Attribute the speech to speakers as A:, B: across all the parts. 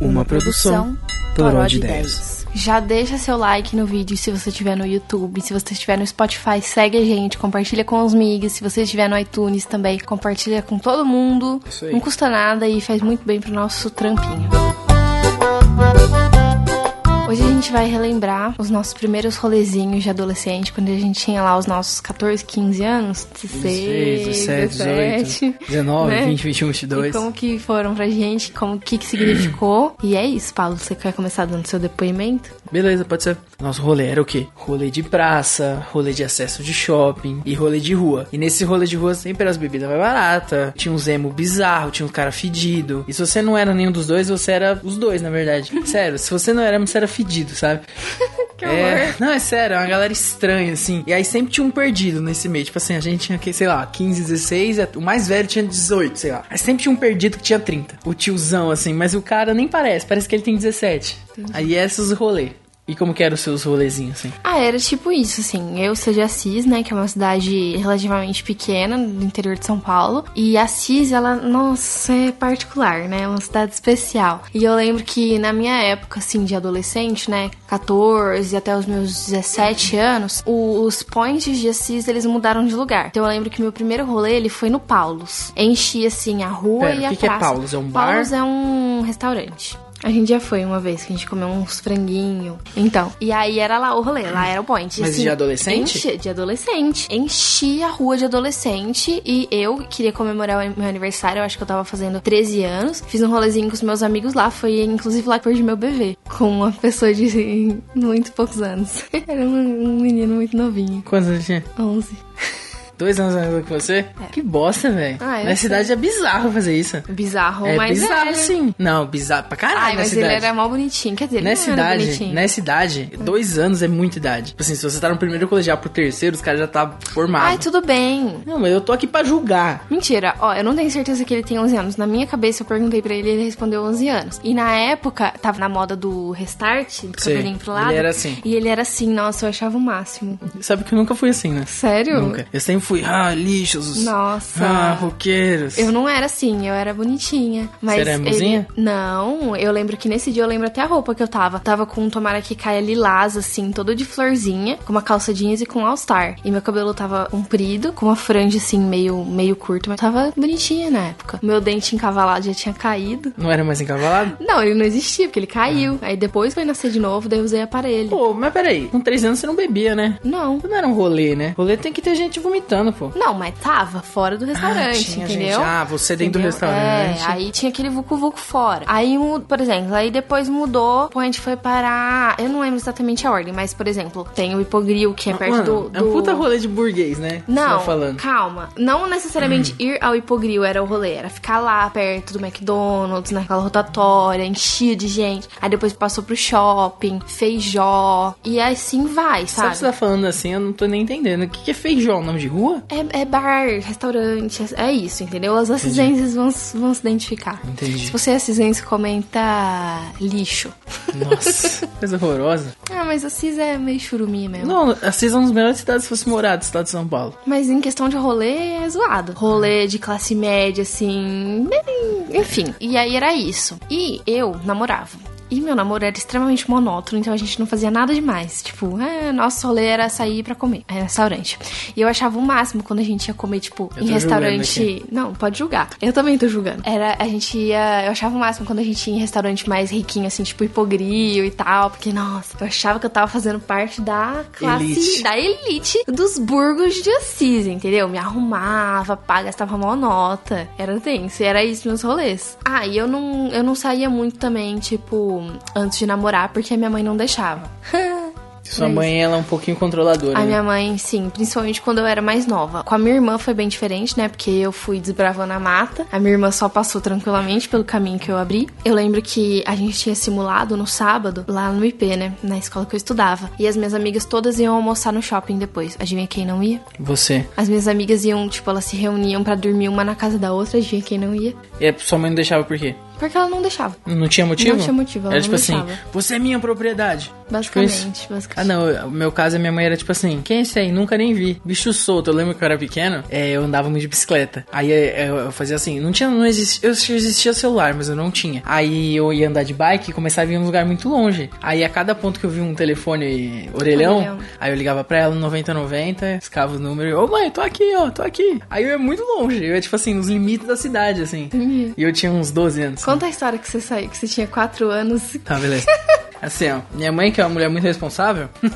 A: Uma produção Toró de 10.
B: Já deixa seu like no vídeo se você estiver no YouTube, se você estiver no Spotify, segue a gente, compartilha com os migs, se você estiver no iTunes também, compartilha com todo mundo.
A: Isso aí.
B: Não custa nada e faz muito bem pro nosso trampinho. Hoje a gente vai relembrar os nossos primeiros rolezinhos de adolescente, quando a gente tinha lá os nossos 14, 15 anos, 16,
A: 17, 18, 19,
B: né?
A: 20, 21,
B: E
A: 22.
B: como que foram pra gente, como o que, que significou. E é isso, Paulo. Você quer começar dando seu depoimento?
A: Beleza, pode ser. Nosso rolê era o quê? Rolê de praça, rolê de acesso de shopping e rolê de rua. E nesse rolê de rua sempre era as bebidas mais baratas. Tinha um zemo bizarro, tinha um cara fedido. E se você não era nenhum dos dois, você era os dois, na verdade. Sério, se você não era, você era fedido, sabe?
B: Que
A: É, não, é sério, é uma galera estranha, assim. E aí sempre tinha um perdido nesse meio. Tipo assim, a gente tinha, que, sei lá, 15, 16, o mais velho tinha 18, sei lá. Aí sempre tinha um perdido que tinha 30. O tiozão, assim, mas o cara nem parece, parece que ele tem 17. Aí esses rolê. E como que eram os seus rolezinhos, assim?
B: Ah, era tipo isso, assim. Eu sou de Assis, né? Que é uma cidade relativamente pequena, do interior de São Paulo. E Assis, ela, nossa, é particular, né? É uma cidade especial. E eu lembro que na minha época, assim, de adolescente, né? 14 até os meus 17 anos, o- os points de Assis, eles mudaram de lugar. Então eu lembro que meu primeiro rolê, ele foi no Paulos. Enchi, assim, a rua
A: Pera,
B: e
A: o
B: a
A: que que é
B: praça.
A: Paulos? É um bar?
B: Paulos é um restaurante. A gente já foi uma vez, que a gente comeu uns franguinhos. Então, e aí era lá o rolê, lá era o point.
A: Mas de adolescente?
B: enche- de adolescente. Enchi a rua de adolescente e eu queria comemorar o meu aniversário, eu acho que eu tava fazendo 13 anos. Fiz um rolezinho com os meus amigos lá, foi inclusive lá que eu perdi meu bebê. Com uma pessoa de muito poucos anos. Era um, um menino muito novinho,
A: Quantos anos tinha?
B: 11.
A: Dois anos mais novo que você? Que bosta, velho.
B: É. Ah,
A: Na
B: eu sei.
A: cidade é bizarro fazer isso.
B: Bizarro,
A: é
B: mas
A: bizarro,
B: era.
A: sim. Não, bizarro pra caralho
B: Ai,
A: na
B: mas
A: cidade. né?
B: ele era mó bonitinho, quer dizer, ele
A: Nessa
B: não era
A: idade,
B: um bonitinho.
A: nessa idade, dois anos é muita idade. Tipo assim, se você tá no primeiro colegial pro terceiro, os caras já tá formado.
B: Ai, tudo bem.
A: Não, mas eu tô aqui pra julgar.
B: Mentira, ó, eu não tenho certeza que ele tem 11 anos. Na minha cabeça eu perguntei pra ele, ele respondeu 11 anos. E na época tava na moda do restart, do
A: Sei.
B: cabelinho pro lado.
A: Ele era assim.
B: E ele era assim, nossa, eu achava o máximo.
A: Sabe que eu nunca fui assim, né?
B: Sério?
A: Nunca. Eu sempre fui, ah, lixos.
B: Hum. Nossa.
A: Ah, roqueiros.
B: Eu não era assim, eu era bonitinha. Mas
A: Você era mozinha?
B: ele- Não, eu lembro que nesse dia eu lembro até a roupa que eu tava. Tava com um tomara que caia lilás, assim, todo de florzinha, com uma calça jeans e com um all-star. E meu cabelo tava comprido, com uma franja, assim, meio, meio curto, mas tava bonitinha na época. Meu dente encavalado já tinha caído.
A: Não era mais encavalado?
B: Não, ele não existia, porque ele caiu.
A: Ah.
B: Aí depois foi nascer de novo, daí eu usei aparelho.
A: Pô, mas peraí, com três anos você não bebia, né?
B: Não.
A: Não era um rolê, né? Rolê tem que ter gente vomitando, pô.
B: Não, mas tava fora do restaurante,
A: Ah, tinha gente.
B: Ah, entendeu?
A: Ah, você dentro do
B: Entendeu?
A: restaurante.
B: É, aí tinha aquele vucu-vucu fora. Aí, mu- por exemplo, aí depois mudou, a gente foi parar... Eu não lembro exatamente a ordem, mas, por exemplo, tem o Hipogril, que é perto
A: Mano,
B: do...
A: É um
B: do-
A: puta rolê de burguês, né? Você tá
B: Não,
A: falando. Uhum.
B: calma. Não necessariamente ir ao hipogril era o rolê, era ficar lá perto do McDonald's, naquela rotatória, enchia de gente. Aí depois passou pro shopping, feijó, e assim
A: Sabe
B: vai,
A: o
B: sabe?
A: que você tá falando assim? Eu não tô nem entendendo. O que que é feijão? Nome de rua?
B: É, é bar, restaurante, é- é isso, entendeu? As assisenses vão, se- vão se identificar.
A: Entendi.
B: Se você é assisense, comenta lixo.
A: Nossa, coisa horrorosa.
B: Ah, mas Assis é meio churuminha mesmo.
A: Não, Assis é uma das melhores cidades se fosse morar do estado de São Paulo.
B: Mas em questão de rolê, é zoado. Rolê de classe média, assim. bem- Enfim. E aí era isso. E eu namorava. E meu namoro era extremamente monótono, então a gente não fazia nada demais. Tipo, ah, nosso rolê era sair pra comer, aí no restaurante. E eu achava o máximo quando a gente ia comer, tipo,
A: Eu
B: em
A: tô
B: restaurante.
A: julgando
B: Não, pode julgar. Eu também tô julgando. Era, a gente ia. Eu achava o máximo quando a gente ia em restaurante mais riquinho, assim, tipo hipogrio e tal. Porque, nossa, eu achava que eu tava fazendo parte da classe.
A: Elite.
B: Da elite dos burgos de Assis, entendeu? Me arrumava, pá, gastava mó nota. Era tenso. E era isso meus rolês. Ah, e eu não, eu não saía muito também, tipo, antes de namorar, porque a minha mãe não deixava.
A: Sua
B: Mas-
A: mãe, ela é um pouquinho controladora.
B: A
A: né?
B: minha mãe, sim, principalmente quando eu era mais nova. Com a minha irmã foi bem diferente, né? Porque eu fui desbravando a mata. A minha irmã só passou tranquilamente pelo caminho que eu abri. Eu lembro que a gente tinha simulado no sábado, lá no IP, né? Na escola que eu estudava. E as minhas amigas todas iam almoçar no shopping depois. Adivinha quem não ia?
A: Você.
B: As minhas amigas iam, tipo, elas se reuniam pra dormir uma na casa da outra, adivinha quem não ia?
A: E a é, sua mãe não deixava por quê?
B: Porque ela não deixava.
A: Não tinha motivo?
B: Não tinha motivo, ela
A: Era
B: não
A: tipo assim,
B: deixava.
A: você é minha propriedade. Tipo isso?
B: Basicamente, basicamente.
A: Ah, não, o meu caso, a minha mãe era tipo assim: quem é esse aí? Nunca nem vi. Bicho solto. Eu lembro que eu era pequeno, é, eu andava muito de bicicleta. Aí é, eu, eu fazia assim: não tinha, não existia, eu acho que existia celular, mas eu não tinha. Aí eu ia andar de bike e começava a ir em um lugar muito longe. Aí a cada ponto que eu vi um telefone orelhão,
B: Orelhão.
A: aí eu ligava pra ela no 9090, escava o número, ô mãe, tô aqui, ó, tô aqui. Aí eu ia muito longe, eu ia tipo assim, nos limites da cidade, assim.
B: Entendi.
A: E eu tinha uns 12 anos.
B: Conta a história que você saiu, que você tinha 4 anos.
A: Tá, beleza. Assim, ó, minha mãe, que é uma mulher muito responsável,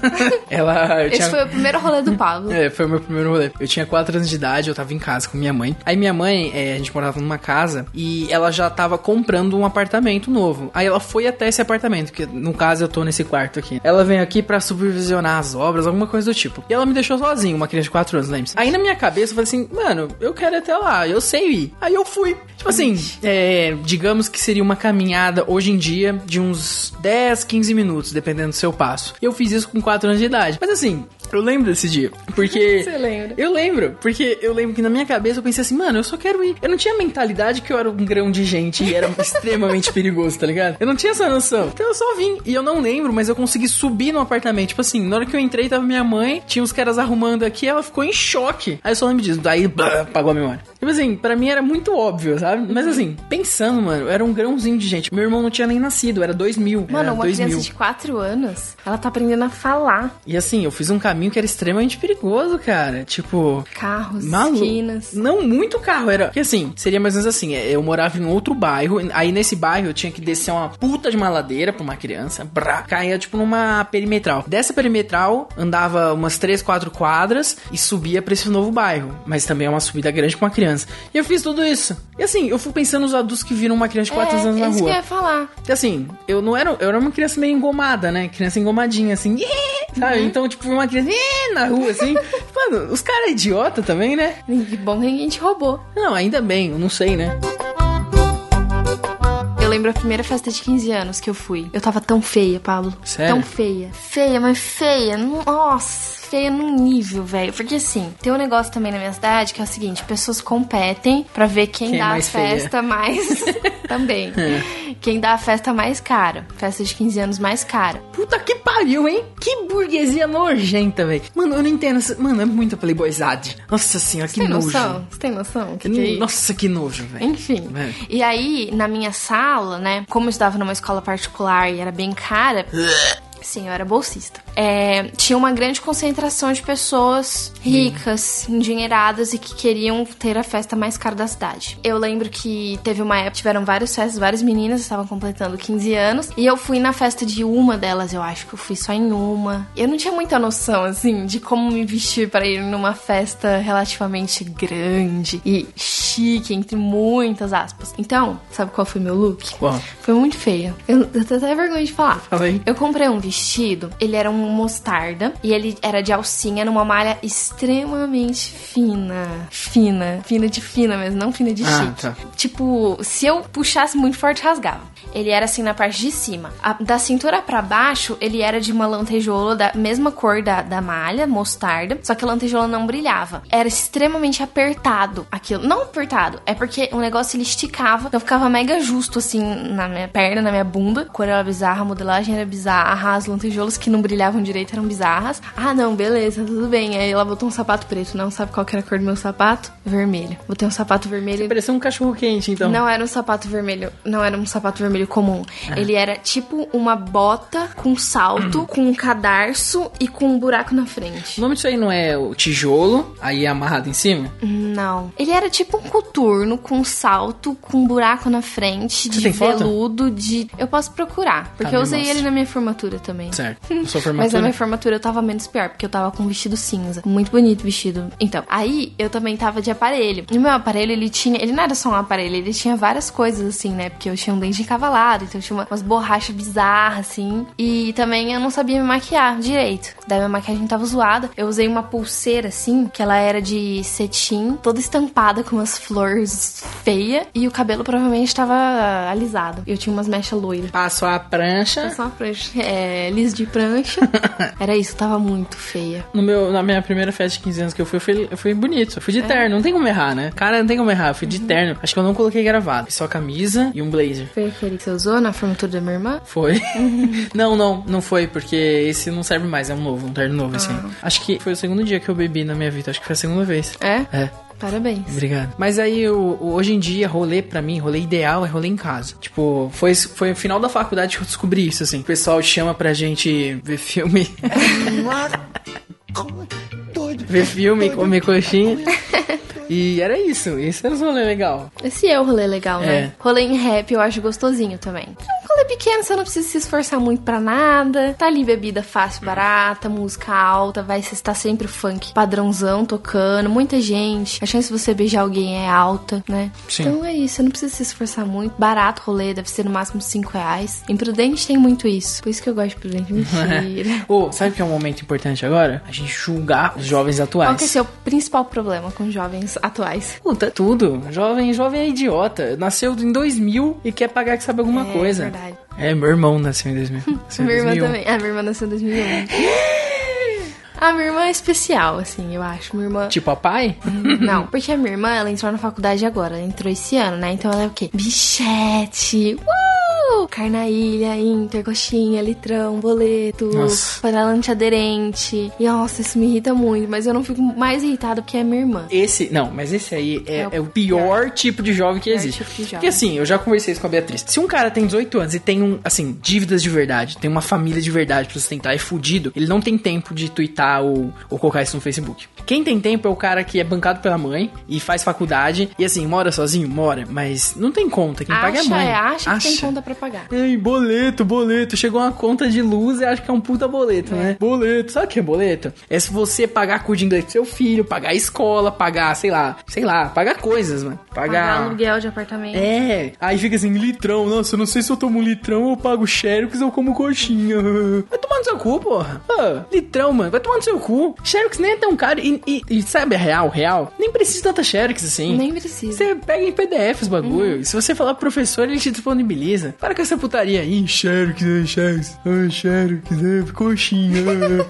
A: ela. eu
B: Esse
A: tinha-
B: foi o primeiro rolê do Pablo.
A: É, foi o meu primeiro rolê. Eu tinha 4 anos de idade, eu tava em casa com minha mãe. Aí minha mãe, é, a gente morava numa casa e ela já tava comprando um apartamento novo. Aí ela foi até esse apartamento, que no caso eu tô nesse quarto aqui. Ela veio aqui pra supervisionar as obras, alguma coisa do tipo. E ela me deixou sozinho, uma criança de 4 anos, lembra? Aí na minha cabeça eu falei assim, mano, eu quero ir até lá, eu sei ir. Aí eu fui. Tipo assim, é, digamos que seria uma caminhada hoje em dia de uns 10, 15 minutos, dependendo do seu passo. Eu fiz isso com 4 anos de idade. Mas assim, eu lembro desse dia. Porque.
B: Você lembra?
A: Eu lembro, porque eu lembro que na minha cabeça eu pensei assim, mano, eu só quero ir. Eu não tinha a mentalidade que eu era um grão de gente e era extremamente perigoso, tá ligado? Eu não tinha essa noção. Então eu só vim. E eu não lembro, mas eu consegui subir no apartamento. Tipo assim, na hora que eu entrei, tava minha mãe, tinha os caras arrumando aqui, ela ficou em choque. Aí eu só lembro disso. Daí, blá, apagou a memória. Tipo assim, pra mim era muito óbvio, sabe?
B: Uhum.
A: Mas assim, pensando, mano, eu era um grãozinho de gente. Meu irmão não tinha nem nascido, era 2000.
B: Mano,
A: era
B: uma
A: 2000.
B: criança de 4 anos, ela tá aprendendo a falar.
A: E assim, eu fiz um caminho que era extremamente perigoso, cara. Tipo,
B: Carros,
A: Malu-
B: esquinas.
A: Não, muito carro. Era. Porque assim, seria mais ou menos assim: é, eu morava em outro bairro. Aí nesse bairro eu tinha que descer uma puta de uma ladeira pra uma criança. Brá, caía tipo numa perimetral. Dessa perimetral andava umas 3, 4 quadras e subia pra esse novo bairro. Mas também é uma subida grande pra uma criança. E eu fiz tudo isso. E assim, eu fui pensando nos adultos que viram uma criança de 4
B: é,
A: anos na
B: isso
A: rua.
B: que eu ia falar.
A: E assim, eu não era. Eu era uma criança meio engomada, né? Criança engomadinha, assim. Sabe?
B: Uhum.
A: Então, tipo, uma criança "Ih", na rua, assim. Mano, os caras é idiota também, né?
B: Que bom que a gente roubou.
A: Não, ainda bem, eu não sei, né?
B: Eu lembro a primeira festa de 15 anos que eu fui. Eu tava tão feia, Pablo.
A: Sério?
B: Tão feia. Feia, mas feia. Nossa, feia num nível, velho. Porque assim, tem um negócio também na minha cidade que é o seguinte: pessoas competem pra ver quem,
A: Quem é
B: dá a
A: mais feia. É.
B: festa mais. também. Quem dá a festa mais cara. Festa de 15 anos mais cara.
A: Puta que pariu, hein? Que burguesia nojenta, velho. Mano, eu não entendo. essa- Mano, é muita playboyzade. Nossa senhora, que
B: Você tem
A: nojo.
B: noção? Você tem noção? Que que é isso?
A: Nossa, que nojo, velho.
B: Enfim.
A: Vai.
B: E aí, na minha sala, né? Como eu estudava numa escola particular e era bem cara. Sim, eu era bolsista. É, tinha uma grande concentração de pessoas ricas, endinheiradas e que queriam ter a festa mais cara da cidade. Eu lembro que teve uma época, tiveram várias festas, várias meninas estavam completando 15 anos. E eu fui na festa de uma delas, eu acho que eu fui só em uma. Eu não tinha muita noção, assim, de como me vestir para ir numa festa relativamente grande e chique, entre muitas aspas. Então, sabe qual foi meu look?
A: Qual?
B: Foi muito feia. Eu, eu tenho até vergonha de falar.
A: Fala aí.
B: Eu comprei um vestido, ele era um mostarda e ele era de alcinha numa malha extremamente fina. Fina. Fina de fina mesmo, não fina de
A: Ah,
B: chique.
A: tá.
B: Tipo, se eu puxasse muito forte, rasgava. Ele era assim na parte de cima. A- da cintura pra baixo, ele era de uma lantejola da mesma cor da, da malha, mostarda, só que a lantejola não brilhava. Era extremamente apertado aquilo. Não apertado, é porque o negócio ele esticava, então ficava mega justo assim na minha perna, na minha bunda. A cor era bizarra, a modelagem era bizarra, as lantejoulas que não brilhavam direito eram bizarras. Ah, não, beleza, tudo bem. Aí ela botou um sapato preto, não sabe qual que era a cor do meu sapato? Vermelho. Botei um sapato vermelho
A: Parecia um cachorro quente, então.
B: não era um sapato vermelho, não era um sapato vermelho comum.
A: É.
B: Ele era tipo uma bota com salto, com um cadarço e com um buraco na
A: O
B: frente.
A: nome disso aí não é o tijolo, aí é amarrado em cima?
B: Não. Ele era tipo um coturno com salto, com um buraco na frente, de
A: tem foto? Tá
B: veludo, de. Eu posso procurar, porque
A: me
B: eu usei
A: mostra.
B: ele na minha formatura também.
A: Certo. Na Sua
B: Mas na
A: formatura.
B: minha formatura eu tava menos pior, porque eu tava com um vestido cinza. Muito bonito o vestido. Então, aí eu também tava de aparelho. E o meu aparelho, ele tinha. Ele não era só um aparelho, ele tinha várias coisas, assim, né? Porque eu tinha um dente encavalado, então eu tinha uma- umas borrachas bizarras, assim. E também eu não sabia me maquiar direito. Daí minha maquiagem tava zoada. Eu usei uma pulseira, assim, que ela era de cetim, toda estampada com umas flores feia. E o cabelo provavelmente tava alisado. Eu tinha umas mechas loiras.
A: Passou a prancha.
B: Só uma prancha. É, é, liso de prancha. Era isso, tava muito feia.
A: No meu, na minha primeira festa de 15 anos que eu fui, eu fui, eu fui bonito. Eu fui de terno, não tem como errar, né? Cara, não tem como errar. Eu fui de terno. Acho que eu não coloquei gravado. Só camisa e um blazer.
B: Foi aquele que você usou na formatura da minha irmã?
A: Foi. não, não, não foi, porque esse não serve mais, é um novo, um terno novo, assim. Acho que foi o segundo dia que eu bebi na minha vida, acho que foi a segunda vez.
B: É?
A: É,
B: Parabéns.
A: Obrigado. Mas aí, o- o- hoje em dia, rolê pra mim, rolê ideal é rolê em casa. Tipo, foi, foi no final da faculdade que eu descobri isso, assim. O pessoal chama pra gente ver filme,
C: Doido.
A: ver filme, comer coxinha. E era isso, esse era um rolê legal.
B: Esse é o rolê legal,
A: É.
B: né? Rolê em rap eu acho gostosinho também. É um rolê pequeno, você não precisa se esforçar muito pra nada. Tá ali bebida fácil, barata, música alta, vai estar sempre o funk padrãozão tocando, muita gente. A chance de você beijar alguém é alta, né?
A: Sim.
B: Então é isso, você não precisa se esforçar muito. Barato o rolê, deve ser no máximo 5 reais. Imprudente tem muito isso. Por isso que eu gosto de Prudente. Mentira.
A: Ô, sabe o que é um momento importante agora? A gente julgar os jovens
B: Qual que é o
A: atuais.
B: seu principal problema com jovens atuais?
A: Puta, tudo. Jovem, jovem é idiota. Nasceu em 2000 e quer pagar que sabe alguma
B: É,
A: coisa.
B: verdade.
A: É, meu irmão nasceu em 2000. Nasceu em
B: minha irmã
A: 2001.
B: também. A minha irmã nasceu em 2001. A um. minha irmã é especial, assim, eu acho. Minha irmã.
A: Tipo, a pai?
B: Não, porque a minha irmã, ela entrou na faculdade agora. Ela entrou esse ano, né? Então ela é o quê? Bichete! Uh! Carnaília, Inter, coxinha, litrão, boleto,
A: Nossa.
B: panelante aderente. E nossa, isso me irrita muito, mas eu não fico mais irritada porque é minha irmã.
A: Esse, não, mas esse aí é,
B: É o
A: é o pior tipo de jovem que
B: Pior
A: existe.
B: tipo de jovem.
A: Porque assim, eu já conversei isso com a Beatriz. Se um cara tem 18 anos e tem um, assim, dívidas de verdade, tem uma família de verdade pra sustentar, é fudido, ele não tem tempo de twittar ou, ou colocar isso no Facebook. Quem tem tempo é o cara que é bancado pela mãe e faz faculdade e assim, mora sozinho, mora, mas não tem conta, quem paga é a
B: acha,
A: mãe.
B: é, acha, que tem conta pra pagar.
A: Ei, boleto, boleto. Chegou uma conta de luz e acho que é um puta boleto, né? Boleto, sabe o que é boleto? É se você pagar curso de inglês pro seu filho, pagar a escola, pagar, sei lá, sei lá, pagar coisas, mano. Pagar.
B: Pagar aluguel de apartamento.
A: É, aí fica assim, litrão. Nossa, eu não sei se eu tomo litrão ou eu pago xerox ou como coxinha. Vai tomar no seu cu, porra. Ah, litrão, mano, vai tomar no seu cu. Xerox nem é tão caro. E, e- e sabe, a real, real, nem precisa de tanta xerox assim.
B: Nem precisa.
A: Você pega em PDF os bagulho.
B: Uhum.
A: Se você falar pro professor, ele te disponibiliza. Para com essa putaria aí. Xerox, né, Xerox. Ah, Xerox, né, coxinha.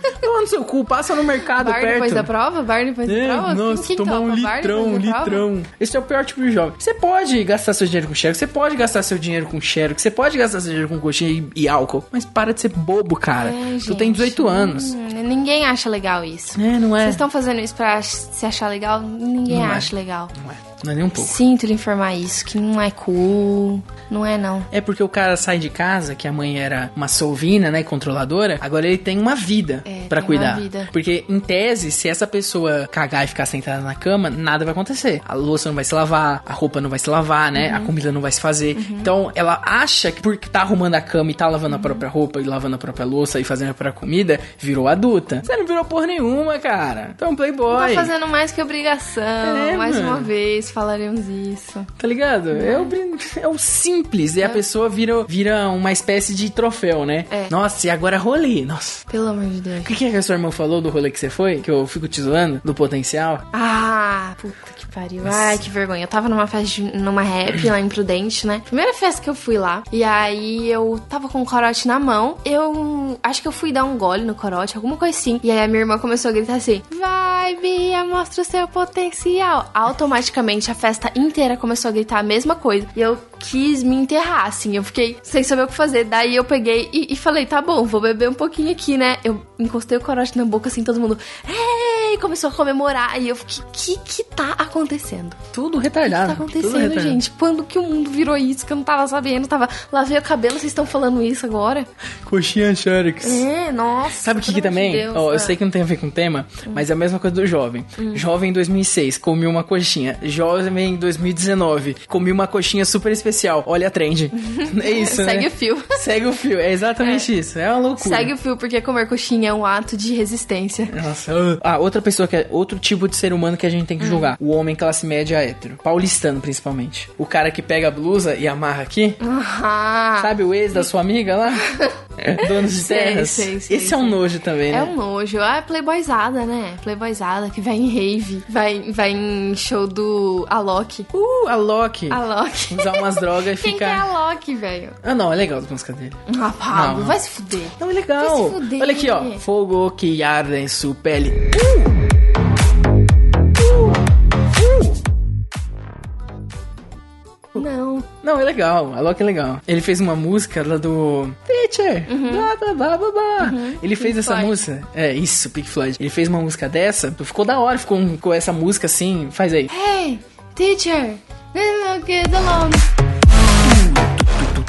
A: ah. Toma no seu cu, passa no mercado
B: Bar
A: perto.
B: depois da prova? Bar depois
A: É,
B: da prova? assim,
A: nossa,
B: Quem que
A: tomar um
B: topa? Bar
A: litrão, um
B: depois da prova?
A: litrão. Esse é o pior tipo de jovem. Você pode gastar seu dinheiro com xerox, você pode gastar seu dinheiro com xerox, você pode gastar seu dinheiro com coxinha e, e álcool, mas para de ser bobo, cara.
B: É,
A: tu tem
B: gente.
A: 18 anos.
B: Hum, ninguém acha legal isso.
A: É, não é?
B: Vocês estão fazendo isso pra ach- se achar legal? Ninguém
A: Não é.
B: acha legal.
A: Não é, não é nem um pouco.
B: Sinto lhe informar isso, que não é cool. Não é, não.
A: É porque o cara sai de casa, que a mãe era uma solvina, né, controladora, agora ele tem uma vida
B: É,
A: pra
B: tem
A: cuidar.
B: uma vida.
A: Porque em tese, se essa pessoa cagar e ficar sentada na cama, nada vai acontecer. A louça não vai se lavar, a roupa não vai se lavar, né? A
B: Uhum.
A: comida não vai se fazer. Então, ela acha que porque tá arrumando a cama e tá lavando
B: Uhum.
A: a própria roupa e lavando a própria louça e fazendo a própria comida, virou adulta. Você não virou porra nenhuma, cara. Tu é um
B: Tá
A: playboy.
B: fazendo mais que obrigação.
A: É,
B: mais
A: mano.
B: uma vez falaremos isso.
A: Tá ligado? É o, brin- é o simples. E a pessoa vira, vira uma espécie de troféu, né?
B: É.
A: Nossa, e agora rolê. Nossa.
B: Pelo amor de Deus.
A: O que, que é que a sua irmã falou do rolê que você foi? Que eu fico te zoando? Do potencial?
B: Ah, puta que pariu. Ai, que vergonha. Eu tava numa festa, de- numa rap lá em Prudente, né? Primeira festa que eu fui lá. E aí eu tava com o corote na mão. Eu acho que eu fui dar um gole no corote, alguma coisa assim. E aí a minha irmã começou a gritar assim: Vai, Bia, mostra o seu potencial. Automaticamente a festa inteira começou a gritar a mesma coisa. E eu quis me enterrar, assim. Eu fiquei sem saber o que fazer. Daí eu peguei e, e falei: Tá bom, vou beber um pouquinho aqui, né? Eu encostei o corote na boca, assim, todo mundo. "Ei!" Começou a comemorar. E eu fiquei: que, que tá acontecendo?
A: Tudo
B: O que tá
A: retardado. tudo
B: acontecendo,
A: retardado.
B: gente? Quando que o mundo virou isso? Que eu não tava sabendo. Tava. Lavei o cabelo, vocês estão falando isso agora?
A: Coxinha Xerox.
B: É, nossa.
A: Sabe o que, que
B: pelo amor de
A: também?
B: Deus,
A: Ó,
B: ah. Hum.
A: eu sei que não tem a ver com o tema, mas é a mesma coisa do jovem. Jovem em 2006, comi uma coxinha. Jovem em 2019, comi uma coxinha super especial. Olha a trend. É isso,
B: Segue
A: né?
B: o fio.
A: Segue o fio. É exatamente isso. É uma loucura.
B: Segue o fio, porque comer coxinha é um ato de resistência.
A: Nossa. Ah, outra pessoa que é outro tipo de ser humano que a gente tem que
B: Hum.
A: julgar. O homem classe média hétero. Paulistano, principalmente. O cara que pega a blusa e amarra aqui.
B: Ah,
A: Sabe o ex da sua amiga lá? Donos de
B: Sei,
A: terras.
B: sei, sei,
A: Esse é um
B: sei.
A: nojo também,
B: É
A: né?
B: um nojo. Ah, playboyzada, né? Playboyzada que vai em rave, vai, vai em show do Alok.
A: Uh, a Loki.
B: Alok.
A: Usar umas drogas e
B: Quem que é
A: ficar...
B: Alok, velho?
A: Ah, não, é legal as músicas dele.
B: Ah, Pablo,
A: Não.
B: vai se fuder.
A: Não, é legal.
B: Vai se fuder.
A: Olha aqui, ó. Fogo que arde em sua pele.
B: Não.
A: Não, é legal. A Loki é legal. Ele fez uma música lá do Teacher. Blá, blá, blá, blá, blá. Ele fez
B: Uhum. Pink
A: essa
B: Floyd.
A: música. É, isso, Pink Floyd. Ele fez uma música dessa. Ficou da hora, ficou um- com essa música assim. Faz aí.
B: Hey, teacher, let's not get along.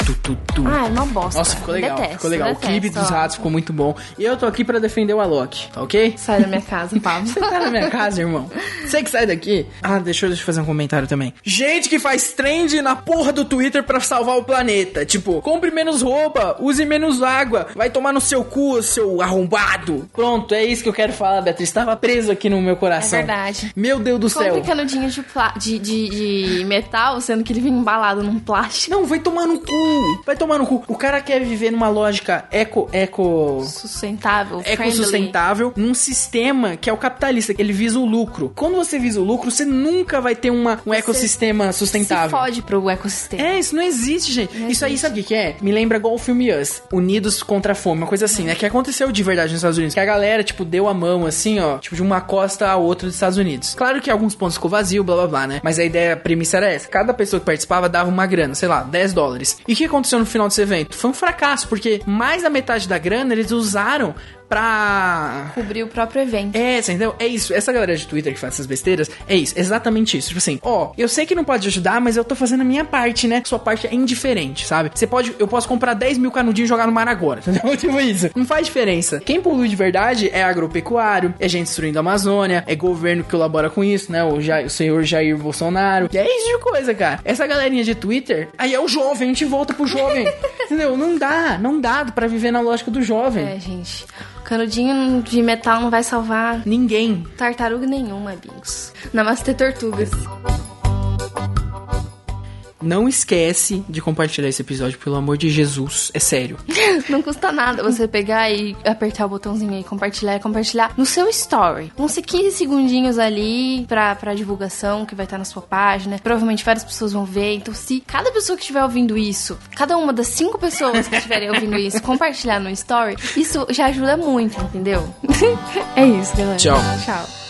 A: Tu, tu, tu.
B: Ah, é uma bosta.
A: Nossa, ficou legal.
B: Detesto,
A: ficou legal.
B: detesto,
A: o clipe dos
B: ó.
A: ratos ficou muito bom. E eu tô aqui pra defender o Alok, tá ok?
B: Sai da minha casa, Pablo.
A: Você tá na minha casa, irmão. Você que sai daqui. Ah, deixa eu, deixa eu fazer um comentário também. Gente que faz trend na porra do Twitter pra salvar o planeta. Tipo, compre menos roupa, use menos água, vai tomar no seu cu, seu arrombado. Pronto, é isso que eu quero falar, Beatriz. Tava preso aqui no meu coração.
B: É verdade.
A: Meu Deus do céu.
B: Compre canudinho de, pla- de, de- de metal, sendo que ele vem embalado num plástico.
A: Não, vai tomar no cu. Vai tomar no cu. O cara quer viver numa lógica eco, eco...
B: Sustentável, friendly.
A: ecossustentável É num sistema que é o capitalista, que ele visa o lucro. Quando você visa o lucro, você nunca vai ter uma, um ecossistema
B: Se
A: sustentável.
B: fode pro ecossistema.
A: É, isso não existe, gente.
B: Não
A: isso aí,
B: existe.
A: sabe o que que é? Me lembra igual o filme Us, Unidos contra a Fome, uma coisa assim, né? Que aconteceu de verdade nos Estados Unidos. Que a galera, tipo, deu a mão, assim, ó, tipo, de uma costa a outra dos Estados Unidos. Claro que alguns pontos ficou vazio, blá blá blá, né? Mas a ideia, a premissa era essa. Cada pessoa que participava dava uma grana, sei lá, 10 dólares. E o que aconteceu no final desse evento? Foi um fracasso, porque mais da metade da grana eles usaram pra
B: Cobrir o próprio evento.
A: é, você entendeu? É isso. Essa galera de Twitter que faz essas besteiras, é isso. Exatamente isso. Tipo assim, ó, eu sei que não pode ajudar, mas eu tô fazendo a minha parte, né? Sua parte é indiferente, sabe? Você pode, eu posso comprar 10 mil canudinhos e jogar no mar agora, entendeu? Tipo isso. Não faz diferença. Quem polui de verdade é agropecuário, é gente destruindo a Amazônia, é governo que colabora com isso, né? O, Ja- o senhor Jair Bolsonaro. E é isso de coisa, cara. Essa galerinha de Twitter, aí é o jovem, a gente volta pro jovem. entendeu? Não dá, não dá pra viver na lógica do jovem.
B: É, gente. Canudinho de metal não vai salvar
A: Ninguém.
B: tartaruga nenhuma, Bigos. Namastê, tortugas.
A: Não esquece de compartilhar esse episódio, pelo amor de Jesus. É sério.
B: Não custa nada você pegar e apertar o botãozinho aí, compartilhar e compartilhar no seu story. Vão ser 15 segundinhos ali pra, pra divulgação que vai estar na sua página. Provavelmente várias pessoas vão ver. Então, se cada pessoa que estiver ouvindo isso, cada uma das cinco pessoas que estiverem ouvindo isso, compartilhar no story, isso já ajuda muito, entendeu? é isso, galera.
A: Tchau.
B: Tchau.